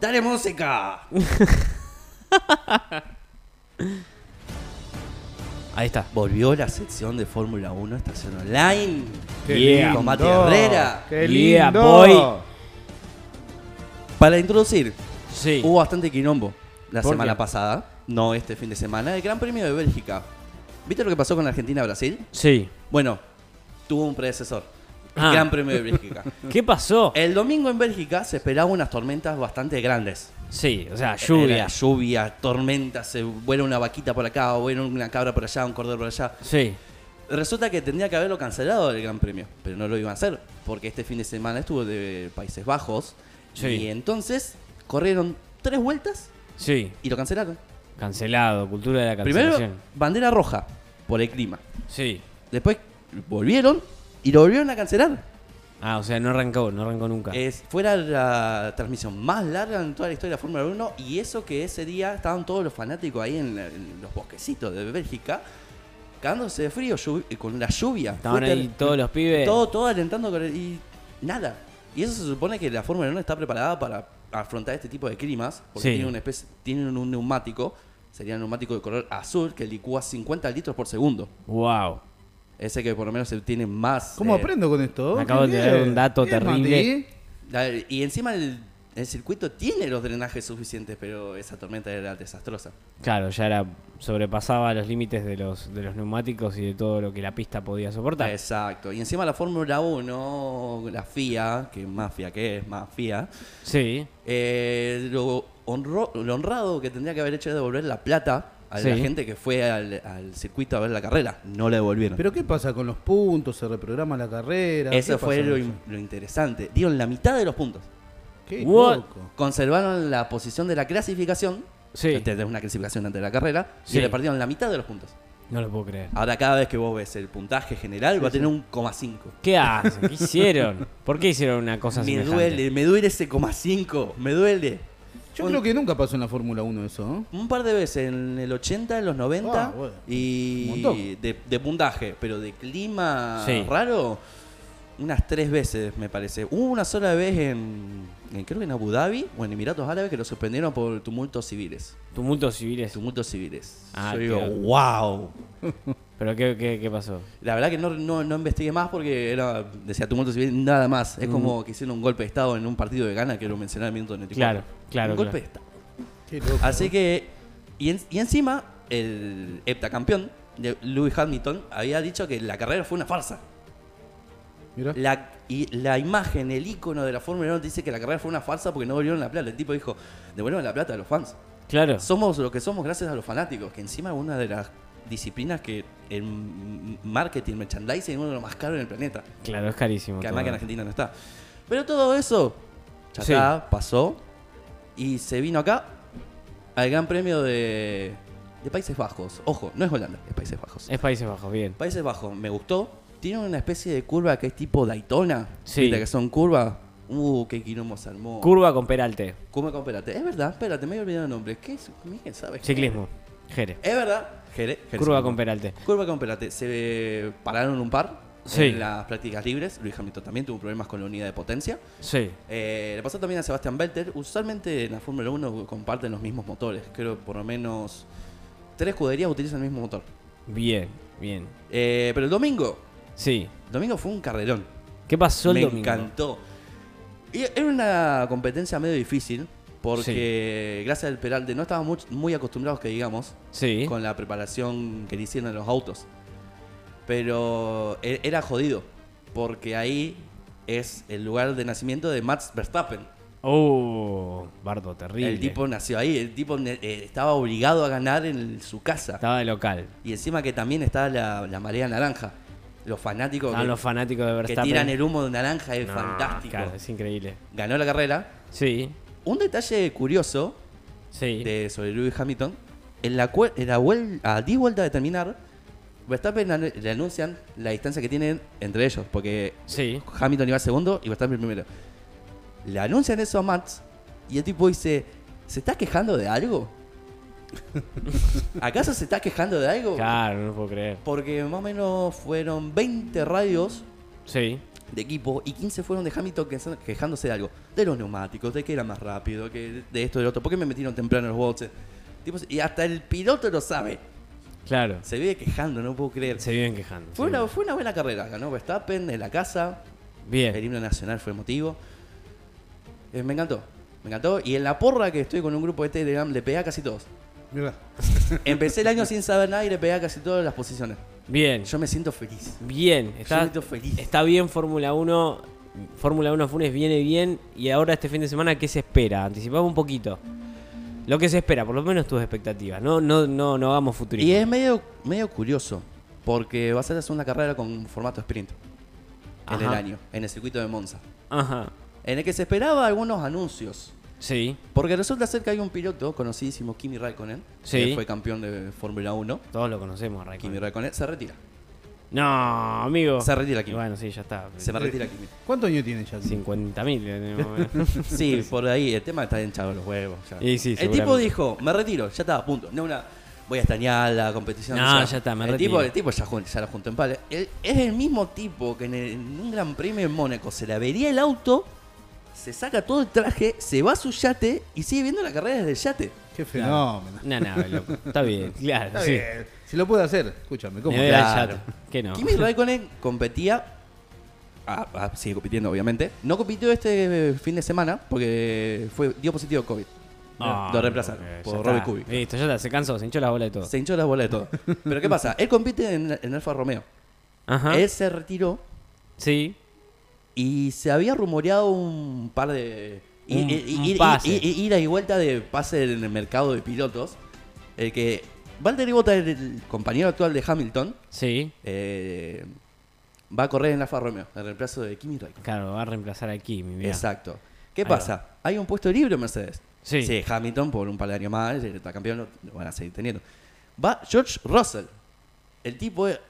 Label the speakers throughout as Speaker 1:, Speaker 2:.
Speaker 1: ¡Dale música!
Speaker 2: Ahí está.
Speaker 1: Volvió la sección de Fórmula 1 Estación Online.
Speaker 3: Qué
Speaker 2: Yeah.
Speaker 1: Con Mati
Speaker 3: lindo,
Speaker 1: Herrera.
Speaker 3: Qué
Speaker 2: Yeah,
Speaker 3: lindo.
Speaker 2: boy.
Speaker 1: Para introducir,
Speaker 2: Sí.
Speaker 1: hubo bastante quilombo la
Speaker 2: ¿Por
Speaker 1: semana
Speaker 2: qué?
Speaker 1: pasada. No este fin de semana. El Gran Premio de Bélgica. ¿Viste lo que pasó con Argentina-Brasil?
Speaker 2: Sí.
Speaker 1: Bueno, tuvo un predecesor. El
Speaker 2: Ah.
Speaker 1: Gran Premio de Bélgica.
Speaker 2: ¿Qué pasó?
Speaker 1: El domingo en Bélgica se esperaban unas tormentas bastante grandes.
Speaker 2: Sí, o sea, lluvia.
Speaker 1: Era lluvia, tormenta, se vuela una vaquita por acá, o vuela una cabra por allá, un cordero por allá.
Speaker 2: Sí.
Speaker 1: Resulta que tendría que haberlo cancelado el Gran Premio, pero no lo iban a hacer, porque este fin de semana estuvo de Países Bajos.
Speaker 2: Sí.
Speaker 1: Y entonces corrieron tres vueltas
Speaker 2: Sí.
Speaker 1: y lo cancelaron.
Speaker 2: Cancelado. Cultura de la
Speaker 1: Primero,
Speaker 2: cancelación.
Speaker 1: bandera roja por el clima.
Speaker 2: Sí.
Speaker 1: Después volvieron y lo volvieron a cancelar.
Speaker 2: Ah, o sea, no arrancó, no arrancó nunca.
Speaker 1: Es, fuera la transmisión más larga en toda la historia de la Fórmula 1 y eso que ese día estaban todos los fanáticos ahí en, la- en los bosquecitos de Bélgica, cagándose de frío llu- eh, con la lluvia.
Speaker 2: Estaban
Speaker 1: Fue ter-
Speaker 2: ahí todos los pibes.
Speaker 1: Todo, todo alentando con el- y nada. Y eso se supone que la Fórmula 1 está preparada para afrontar este tipo de climas, porque
Speaker 2: Sí.
Speaker 1: tienen, una especie- tienen un neumático, sería un neumático de color azul que licúa 50 litros por segundo.
Speaker 2: Wow.
Speaker 1: Ese que por lo menos se tiene más...
Speaker 3: ¿Cómo
Speaker 1: eh,
Speaker 3: aprendo con esto?
Speaker 2: Me acabo de
Speaker 3: Bien,
Speaker 2: dar un dato
Speaker 3: bien,
Speaker 2: terrible.
Speaker 3: Mati.
Speaker 1: A ver, Y encima el, el circuito tiene los drenajes suficientes, pero esa tormenta era desastrosa.
Speaker 2: Claro, ya era sobrepasaba los límites de los, de los neumáticos y de todo lo que la pista podía soportar.
Speaker 1: Exacto. Y encima la Fórmula 1, la FIA, que más FIA que es, más FIA,
Speaker 2: Sí.
Speaker 1: eh, lo, honro- lo honrado que tendría que haber hecho es devolver la plata a la
Speaker 2: Sí.
Speaker 1: gente que fue al, al circuito a ver la carrera. No la devolvieron.
Speaker 3: Pero ¿qué pasa con los puntos? ¿Se reprograma la carrera?
Speaker 1: eso
Speaker 3: ¿Qué
Speaker 1: fue
Speaker 3: pasa
Speaker 1: lo,
Speaker 3: con
Speaker 1: in- lo interesante. Dieron la mitad de los puntos.
Speaker 3: eso? Qué
Speaker 2: What?
Speaker 3: loco.
Speaker 1: Conservaron la posición de la clasificación.
Speaker 2: Sí.
Speaker 1: Tenés una clasificación antes de la carrera.
Speaker 2: Sí.
Speaker 1: Y le perdieron la mitad de los puntos.
Speaker 2: No lo puedo creer.
Speaker 1: Ahora cada vez que vos ves el puntaje general va a tener un coma cinco.
Speaker 2: ¿Qué hacen? ¿Qué hicieron? ¿Por qué hicieron una cosa
Speaker 1: Me
Speaker 2: semejante?
Speaker 1: duele, me duele ese coma cinco, me duele.
Speaker 3: Yo
Speaker 1: Un-
Speaker 3: creo que nunca pasó en la Fórmula 1 eso, ¿eh? ¿no?
Speaker 1: Un par de veces, en el 80, en los 90,
Speaker 3: Ah, bueno. Un
Speaker 1: y
Speaker 3: montón.
Speaker 1: de, de puntaje, pero de clima
Speaker 2: Sí.
Speaker 1: raro, unas tres veces me parece. Hubo una sola vez en, en, creo que en Abu Dhabi o en Emiratos Árabes que lo suspendieron por tumultos civiles.
Speaker 2: Tumultos civiles.
Speaker 1: Tumultos civiles.
Speaker 2: Ah,
Speaker 1: Yo digo,
Speaker 2: claro.
Speaker 1: wow.
Speaker 2: ¿Pero qué, qué, qué pasó?
Speaker 1: La verdad que no, no, no investigué más porque era, decía tumulto civil, nada más. Es
Speaker 2: Mm.
Speaker 1: como que hicieron un golpe de Estado en un partido de Ghana que lo mencionaba en el minuto 94.
Speaker 2: Claro, claro,
Speaker 1: Un
Speaker 2: claro.
Speaker 1: golpe de Estado.
Speaker 3: Qué loco.
Speaker 1: Así que, y, en- y encima, el heptacampeón, de Lewis Hamilton, había dicho que la carrera fue una farsa.
Speaker 2: Ah.
Speaker 3: Mirá.
Speaker 1: La, y la imagen, el icono de la Fórmula 1 dice que la carrera fue una farsa porque no volvieron la plata. El tipo dijo, devuelvan la plata a los fans.
Speaker 2: Claro.
Speaker 1: Somos lo que somos gracias a los fanáticos, que encima es una de las disciplinas que el m- marketing, merchandising es uno de los más caros en el planeta.
Speaker 2: Claro, es carísimo.
Speaker 1: Que
Speaker 2: todo.
Speaker 1: además que en Argentina no está. Pero todo eso ya
Speaker 2: Sí.
Speaker 1: está, pasó y se vino acá al Gran Premio de, de Países Bajos. Ojo, no es Holanda, es Países Bajos.
Speaker 2: Es Países Bajos, bien.
Speaker 1: Países Bajos, me gustó. Tiene una especie de curva que es tipo Daytona.
Speaker 2: Sí.
Speaker 1: Viste que son curvas. Uh, qué quilombo se armó.
Speaker 2: Curva con Peralte.
Speaker 1: ¿Cómo que espérate? Es verdad, espérate, me he olvidado el nombre. ¿Qué es? Miguel, ¿sabes?
Speaker 2: Ciclismo. Jere.
Speaker 1: Es verdad. Jere- Jerez.
Speaker 2: Curva con Peralte.
Speaker 1: Curva con Perate. Se eh, pararon un par
Speaker 2: Sí.
Speaker 1: en las prácticas libres. Luis Hamilton también tuvo problemas con la unidad de potencia.
Speaker 2: Sí.
Speaker 1: Eh, le pasó también a Sebastián Belter. Usualmente en la Fórmula 1 comparten los mismos motores. Creo por lo menos tres escuderías utilizan el mismo motor.
Speaker 2: Bien, bien.
Speaker 1: Eh, pero el domingo,
Speaker 2: Sí.
Speaker 1: domingo fue un carrerón.
Speaker 2: ¿Qué pasó el
Speaker 1: Me
Speaker 2: domingo?
Speaker 1: encantó. Y era una competencia medio difícil porque gracias al Peralte no estaban muy, muy acostumbrados que digamos
Speaker 2: Sí.
Speaker 1: con la preparación que le hicieron a los autos. Pero e- era jodido, porque ahí es el lugar de nacimiento de Max Verstappen.
Speaker 2: Oh, bardo terrible.
Speaker 1: El tipo nació ahí, el tipo ne- eh, estaba obligado a ganar en su casa.
Speaker 2: estaba de local.
Speaker 1: Y encima que también está la, la marea naranja. Los fanáticos
Speaker 2: Estaban
Speaker 1: que,
Speaker 2: Ah, los fanáticos de
Speaker 1: que
Speaker 2: Verstappen.
Speaker 1: tiran el humo de naranja, es
Speaker 2: No,
Speaker 1: fantástico.
Speaker 2: claro, es increíble.
Speaker 1: Ganó la carrera.
Speaker 2: Sí.
Speaker 1: Un detalle curioso
Speaker 2: Sí.
Speaker 1: de- sobre Lewis Hamilton. En la, cue- en la vuel- a 10 vueltas de terminar, Verstappen anu- le anuncian la distancia que tienen entre ellos, porque
Speaker 2: Sí.
Speaker 1: Hamilton iba segundo y Verstappen primero. Le anuncian eso a Max y el tipo dice, ¿se está quejando de algo? ¿Acaso se está quejando de algo?
Speaker 2: Claro, no lo puedo creer.
Speaker 1: Porque más o menos fueron 20 radios
Speaker 2: Sí.
Speaker 1: de equipo y 15 fueron de Hamilton queja- quejándose de algo, de los neumáticos, de que era más rápido, que de esto, del otro, ¿por qué me metieron temprano en los boxes? Tipos- y hasta el piloto lo sabe,
Speaker 2: Claro.
Speaker 1: se vive quejando, no puedo creer.
Speaker 2: Se viven quejando.
Speaker 1: Fue,
Speaker 2: se
Speaker 1: una,
Speaker 2: viven-
Speaker 1: fue una buena carrera, ganó Verstappen en la casa, el
Speaker 2: Bien.
Speaker 1: himno nacional fue emotivo. Eh, me encantó, me encantó. Y en la porra que estoy con un grupo de Telegram le pegué a casi todos.
Speaker 3: Mira.
Speaker 1: Empecé el año sin saber nada y le pegué a casi todas las posiciones.
Speaker 2: Bien.
Speaker 1: Yo me siento feliz.
Speaker 2: Bien.
Speaker 1: Yo
Speaker 2: Está,
Speaker 1: me siento feliz.
Speaker 2: está bien Fórmula 1. Fórmula 1 Funes viene bien. Y ahora este fin de semana, ¿qué se espera? Anticipamos un poquito. Lo que se espera, por lo menos tus expectativas. No, no, no, no hagamos futurismo.
Speaker 1: Y es medio, medio curioso, porque va a ser la segunda carrera con formato sprint en
Speaker 2: Ajá.
Speaker 1: el año, en el circuito de Monza.
Speaker 2: Ajá.
Speaker 1: En el que se esperaba algunos anuncios.
Speaker 2: Sí.
Speaker 1: Porque resulta ser que hay un piloto conocidísimo, Kimi Raikkonen,
Speaker 2: Sí.
Speaker 1: que fue campeón de Fórmula 1.
Speaker 2: Todos lo conocemos,
Speaker 1: Kimi
Speaker 2: Raikkonen.
Speaker 1: Raikkonen se retira.
Speaker 2: No, amigo.
Speaker 1: Se retira Kimi.
Speaker 2: Y bueno, sí, ya está.
Speaker 1: Se me retira Kimi.
Speaker 3: ¿Cuántos años tiene ya?
Speaker 2: 50.000. tenemos, bueno.
Speaker 1: Sí, por ahí. El tema está hinchado los huevos. ya.
Speaker 2: Y sí,
Speaker 1: el tipo
Speaker 2: seguramente.
Speaker 1: dijo, me retiro, ya está, punto. No una, voy a estañar la competición.
Speaker 2: No,
Speaker 1: o sea,
Speaker 2: ya está, me
Speaker 1: el
Speaker 2: retiro.
Speaker 1: Tipo, el tipo ya, jun- ya la juntó en pala. Él- es el mismo tipo que en, el- en un gran premio en Mónaco se la vería el auto, se saca todo el traje, se va a su yate y sigue viendo la carrera desde el yate.
Speaker 3: Qué fenómeno.
Speaker 2: No, no, loco. Está bien, claro.
Speaker 3: Está
Speaker 2: sí.
Speaker 3: bien. Si lo puede hacer, escúchame, ¿cómo?
Speaker 2: Me voy
Speaker 1: Claro.
Speaker 2: al yate. ¿Qué no?
Speaker 1: Kimi Raikkonen competía. ah, ah, sigue compitiendo, obviamente. No compitió este eh, fin de semana porque fue, dio positivo COVID.
Speaker 2: Ah,
Speaker 1: lo reemplazaron
Speaker 2: eh, ya
Speaker 1: por
Speaker 2: está.
Speaker 1: Robert Kubica.
Speaker 2: Listo, ya está. Se cansó, se hinchó las bolas de todo.
Speaker 1: Se hinchó las bolas de todo. Pero ¿qué pasa? Él compite en, en Alfa Romeo.
Speaker 2: Ajá.
Speaker 1: Él se retiró
Speaker 2: Sí.
Speaker 1: y se había rumoreado un par de. i-
Speaker 2: Un-
Speaker 1: i-
Speaker 2: un
Speaker 1: i- i-
Speaker 2: pase.
Speaker 1: i- i- ida y vuelta de pase en el mercado de pilotos. El que. Valtteri Bottas, el- el compañero actual de Hamilton,
Speaker 2: Sí.
Speaker 1: eh, va a correr en Alfa Romeo, en reemplazo de Kimi Raikkonen.
Speaker 2: Claro, va a reemplazar a Kimi. mirá.
Speaker 1: Exacto. ¿Qué
Speaker 2: Ahí
Speaker 1: pasa? Hay un puesto libre en Mercedes.
Speaker 2: Sí.
Speaker 1: Hamilton por un par de años más, el campeón lo, lo van a seguir teniendo. Va George Russell. El tipo eh,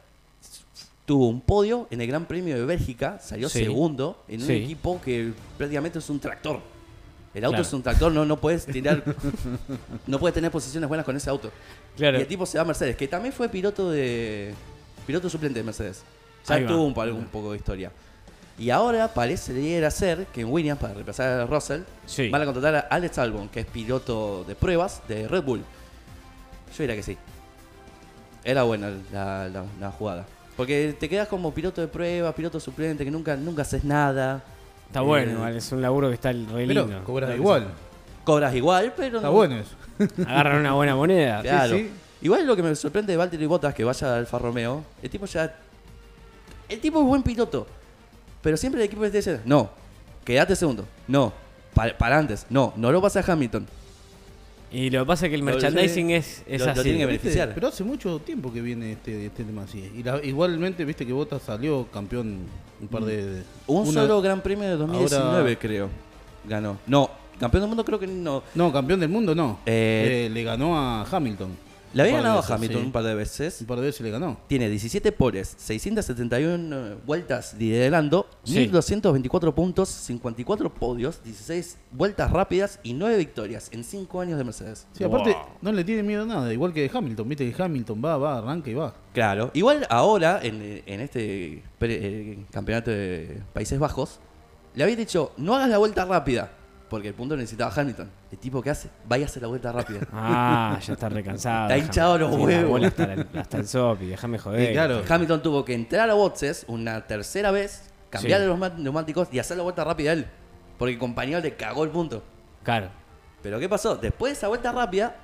Speaker 1: tuvo un podio en el Gran Premio de Bélgica, salió
Speaker 2: Sí.
Speaker 1: segundo en un
Speaker 2: Sí.
Speaker 1: equipo que prácticamente es un tractor. El auto
Speaker 2: Claro.
Speaker 1: es un tractor, no, no puedes tirar, no puedes tener posiciones buenas con ese auto.
Speaker 2: Claro.
Speaker 1: Y el tipo se va a Mercedes, que también fue piloto de. piloto suplente de Mercedes. Ya
Speaker 2: Ahí va.
Speaker 1: tuvo un, pa- un poco de historia. Y ahora parece ser que en Williams, para reemplazar a Russell,
Speaker 2: Sí.
Speaker 1: van a contratar a Alex Albon, que es piloto de pruebas de Red Bull. Yo diría que sí. Era buena la, la- la jugada. Porque te quedas como piloto de pruebas, piloto suplente, que nunca, nunca haces nada.
Speaker 2: Está
Speaker 1: Eh,
Speaker 2: bueno, vale, es un laburo que está el re lindo.
Speaker 3: Pero cobras
Speaker 2: Claro que
Speaker 3: igual.
Speaker 1: Cobras igual, pero
Speaker 3: Está
Speaker 1: no-
Speaker 3: bueno eso.
Speaker 2: sí. Agarran una buena moneda.
Speaker 1: Claro.
Speaker 3: sí.
Speaker 1: Ah, Igual lo que me sorprende de Valtteri Bottas que vaya a Alfa Romeo, el tipo ya. El tipo es buen piloto. Pero siempre el equipo te dice, no, quédate segundo, no, para, antes, no, no lo vas a Hamilton.
Speaker 2: Y lo que pasa es que el
Speaker 1: Lo-
Speaker 2: merchandising
Speaker 1: sí.
Speaker 2: es, es
Speaker 1: Lo- lo
Speaker 2: así.
Speaker 1: tienen que ver.
Speaker 3: Viste,
Speaker 1: Beneficiar.
Speaker 3: Pero hace mucho tiempo que viene este, este tema así. Y la- igualmente, viste que Botas salió campeón un par de. de-
Speaker 1: Un
Speaker 3: una-
Speaker 1: solo Gran Premio de 2019, creo. Ganó. No, campeón del mundo creo que no.
Speaker 3: No, campeón del mundo no.
Speaker 1: Eh,
Speaker 3: Eh, le ganó a Hamilton.
Speaker 1: Le había
Speaker 3: Un par de
Speaker 1: ganado
Speaker 3: veces,
Speaker 1: a Hamilton
Speaker 3: sí.
Speaker 1: un par de veces.
Speaker 3: Un par de veces le ganó.
Speaker 1: Tiene 17 poles, 671 vueltas liderando,
Speaker 2: Sí.
Speaker 1: 1224 puntos, 54 podios, 16 vueltas rápidas y 9 victorias en 5 años de Mercedes.
Speaker 3: Sí, aparte,
Speaker 2: Wow.
Speaker 3: no le tiene miedo a nada. Igual que Hamilton, viste que Hamilton va, va, arranca y va.
Speaker 1: Claro, igual ahora en, en este pre- eh, campeonato de Países Bajos, le había dicho, no hagas la vuelta rápida, porque el punto lo necesitaba Hamilton. El tipo que hace, vaya a hacer la vuelta rápida.
Speaker 2: Ah, ya está recansado.
Speaker 1: Está
Speaker 2: déjame-
Speaker 1: hinchado los
Speaker 2: sí, la
Speaker 1: huevos.
Speaker 2: bola Hasta, la- hasta el sopi, déjame joder.
Speaker 3: Y claro.
Speaker 1: Hamilton tuvo que entrar a boxes una tercera vez, cambiar
Speaker 2: Sí.
Speaker 1: los ma- neumáticos y hacer la vuelta rápida él, porque el compañero le cagó el punto.
Speaker 2: Claro.
Speaker 1: Pero ¿qué pasó? Después de esa vuelta rápida,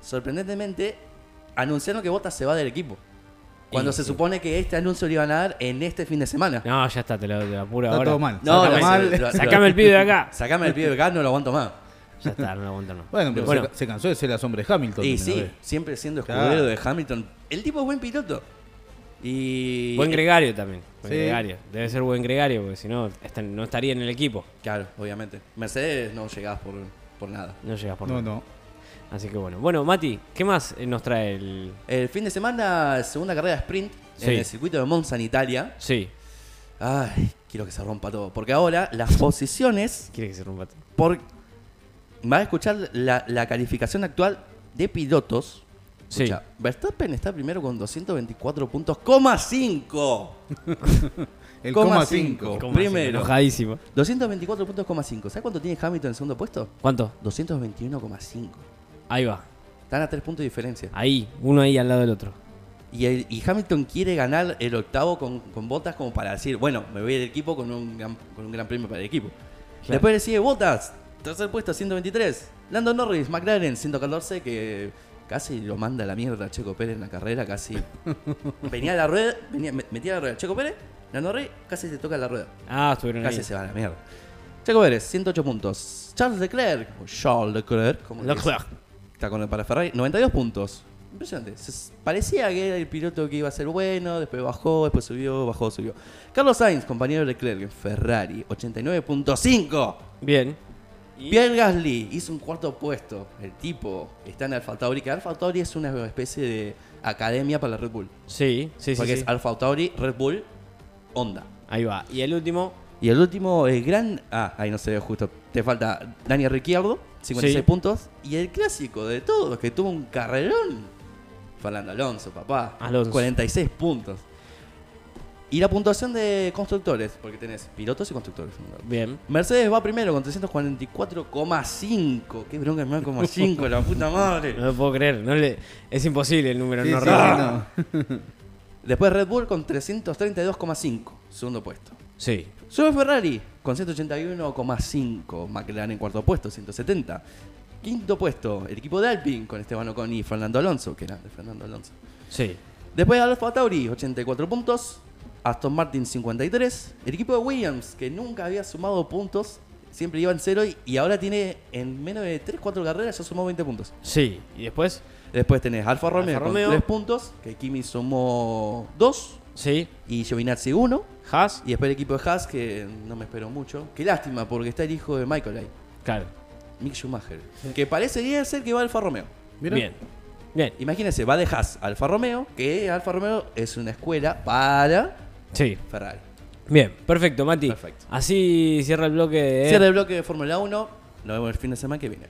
Speaker 1: sorprendentemente, anunciaron que Bottas se va del equipo. Cuando
Speaker 2: Y
Speaker 1: se
Speaker 2: sí.
Speaker 1: supone que este anuncio le iban a dar en este fin de semana.
Speaker 2: No, ya está, te lo, te lo apuro
Speaker 3: Está
Speaker 2: ahora.
Speaker 3: todo mal.
Speaker 1: No,
Speaker 3: Está
Speaker 1: lo-
Speaker 3: mal.
Speaker 1: lo- lo-
Speaker 2: Sacame el pibe de acá.
Speaker 1: Sacame el pibe acá, no lo aguanto más.
Speaker 2: Ya está, no lo aguanto, no.
Speaker 3: Bueno, pero
Speaker 2: Bueno.
Speaker 3: Se, se cansó de ser la sombra de Hamilton.
Speaker 1: Y
Speaker 3: también, a
Speaker 1: sí,
Speaker 3: ver.
Speaker 1: siempre siendo
Speaker 3: Claro.
Speaker 1: escudero de Hamilton. El tipo es buen piloto. Y.
Speaker 2: Buen gregario también. Buen
Speaker 3: eh, Sí.
Speaker 2: gregario. Debe ser buen gregario, porque si no, esta- no estaría en el equipo.
Speaker 1: Claro, obviamente. Mercedes no llegás por, por nada.
Speaker 2: No llegas por
Speaker 3: No,
Speaker 2: nada.
Speaker 3: no.
Speaker 2: Así que bueno. Bueno, Mati, ¿qué más eh, nos trae el.
Speaker 1: El fin de semana, segunda carrera sprint
Speaker 2: Sí.
Speaker 1: en el circuito de Monza en Italia.
Speaker 2: Sí.
Speaker 1: Ay, quiero que se rompa todo. Porque ahora las posiciones.
Speaker 2: ¿Quiere que se rompa? todo?
Speaker 1: Por... Me va a escuchar la, la calificación actual de pilotos
Speaker 2: Sí.
Speaker 1: Escuchá, Verstappen está primero con 224 puntos, coma 5.
Speaker 3: El
Speaker 1: Coma
Speaker 3: coma
Speaker 1: cinco.
Speaker 3: 5.
Speaker 1: Coma Primero.
Speaker 2: Enojadísimo.
Speaker 1: 224 puntos, coma 5. ¿Sabes cuánto tiene Hamilton en segundo puesto?
Speaker 2: ¿Cuánto?
Speaker 1: 221,5.
Speaker 2: Ahí va.
Speaker 1: Están a 3 puntos de diferencia.
Speaker 2: Ahí, uno ahí al lado del otro.
Speaker 1: Y, el- y Hamilton quiere ganar el octavo con, con Botas como para decir, bueno, me voy del equipo con un gran, con un gran premio para el equipo. Después le sigue Botas, tercer puesto, 123. Lando Norris, McLaren, 114, que casi lo manda a la mierda a Checo Pérez en la carrera, casi. venía a la rueda, venía, me- metía la rueda. Checo Pérez, Lando Norris, casi se toca la rueda.
Speaker 2: Ah, estuvieron
Speaker 1: Casi
Speaker 2: ahí.
Speaker 1: se va a la mierda. Checo Pérez, 108 puntos. Charles Leclerc, o Charles Leclerc, como le dicen.
Speaker 2: Leclerc.
Speaker 1: Está con el para Ferrari. 92 puntos. Impresionante. Se- parecía que era el piloto que iba a ser bueno, después bajó, después subió, bajó, subió. Carlos Sainz, compañero de Leclerc, en Ferrari, 89.5.
Speaker 2: Bien.
Speaker 1: Pierre Gasly hizo un cuarto puesto. El tipo está en Alfa Tauri, que Alfa Tauri es una especie de academia para la Red Bull.
Speaker 2: Sí, sí, sí.
Speaker 1: porque
Speaker 2: sí.
Speaker 1: es Alfa Tauri, Red Bull, Honda.
Speaker 2: Ahí va. Y el último.
Speaker 1: Y el último, el gran. Ah, ahí no se ve justo. Te falta Daniel Ricciardo, 56
Speaker 2: Sí.
Speaker 1: puntos. Y el clásico de todos, que tuvo un carrerón. Fernando Alonso, papá.
Speaker 2: Alonso.
Speaker 1: 46 puntos. Y la puntuación de constructores, porque tenés pilotos y constructores.
Speaker 2: Bien.
Speaker 1: Mercedes va primero con 344,5. Qué bronca, 9,5, la puta madre.
Speaker 2: No lo puedo creer. No le... Es imposible el número
Speaker 3: Sí,
Speaker 2: no
Speaker 3: sí,
Speaker 2: redondo.
Speaker 3: sí, no.
Speaker 1: Después Red Bull con 332,5. Segundo puesto.
Speaker 2: Sí.
Speaker 1: Sube Ferrari con 181,5. McLaren en cuarto puesto, 170. Quinto puesto, el equipo de Alpine con Esteban Ocon y Fernando Alonso, que era de Fernando Alonso.
Speaker 2: Sí.
Speaker 1: Después Alfa Tauri, 84 puntos. Aston Martin, 53. El equipo de Williams, que nunca había sumado puntos, siempre iba en cero y, y ahora tiene en menos de 3-4 carreras ya sumó 20 puntos.
Speaker 2: Sí. ¿Y después?
Speaker 1: Después tenés Alfa Romeo con
Speaker 2: Romeo.
Speaker 1: 3 puntos, que Kimi sumó 2
Speaker 2: Sí.
Speaker 1: y Giovinazzi 1.
Speaker 2: Haas.
Speaker 1: Y después el equipo de Haas, que no me esperó mucho. Qué lástima, porque está el hijo de Michael ahí,
Speaker 2: Claro.
Speaker 1: Mick Schumacher. Que parecería ser que va a Alfa Romeo.
Speaker 3: Mirá.
Speaker 2: Bien. Bien.
Speaker 1: Imagínense, va de Haas a Alfa Romeo, que Alfa Romeo es una escuela para
Speaker 2: Sí.
Speaker 1: Ferrari.
Speaker 2: Bien. Perfecto, Mati.
Speaker 1: Perfecto.
Speaker 2: Así cierra el bloque. de-
Speaker 1: Cierre el bloque de Fórmula 1. Nos vemos el fin de semana que viene.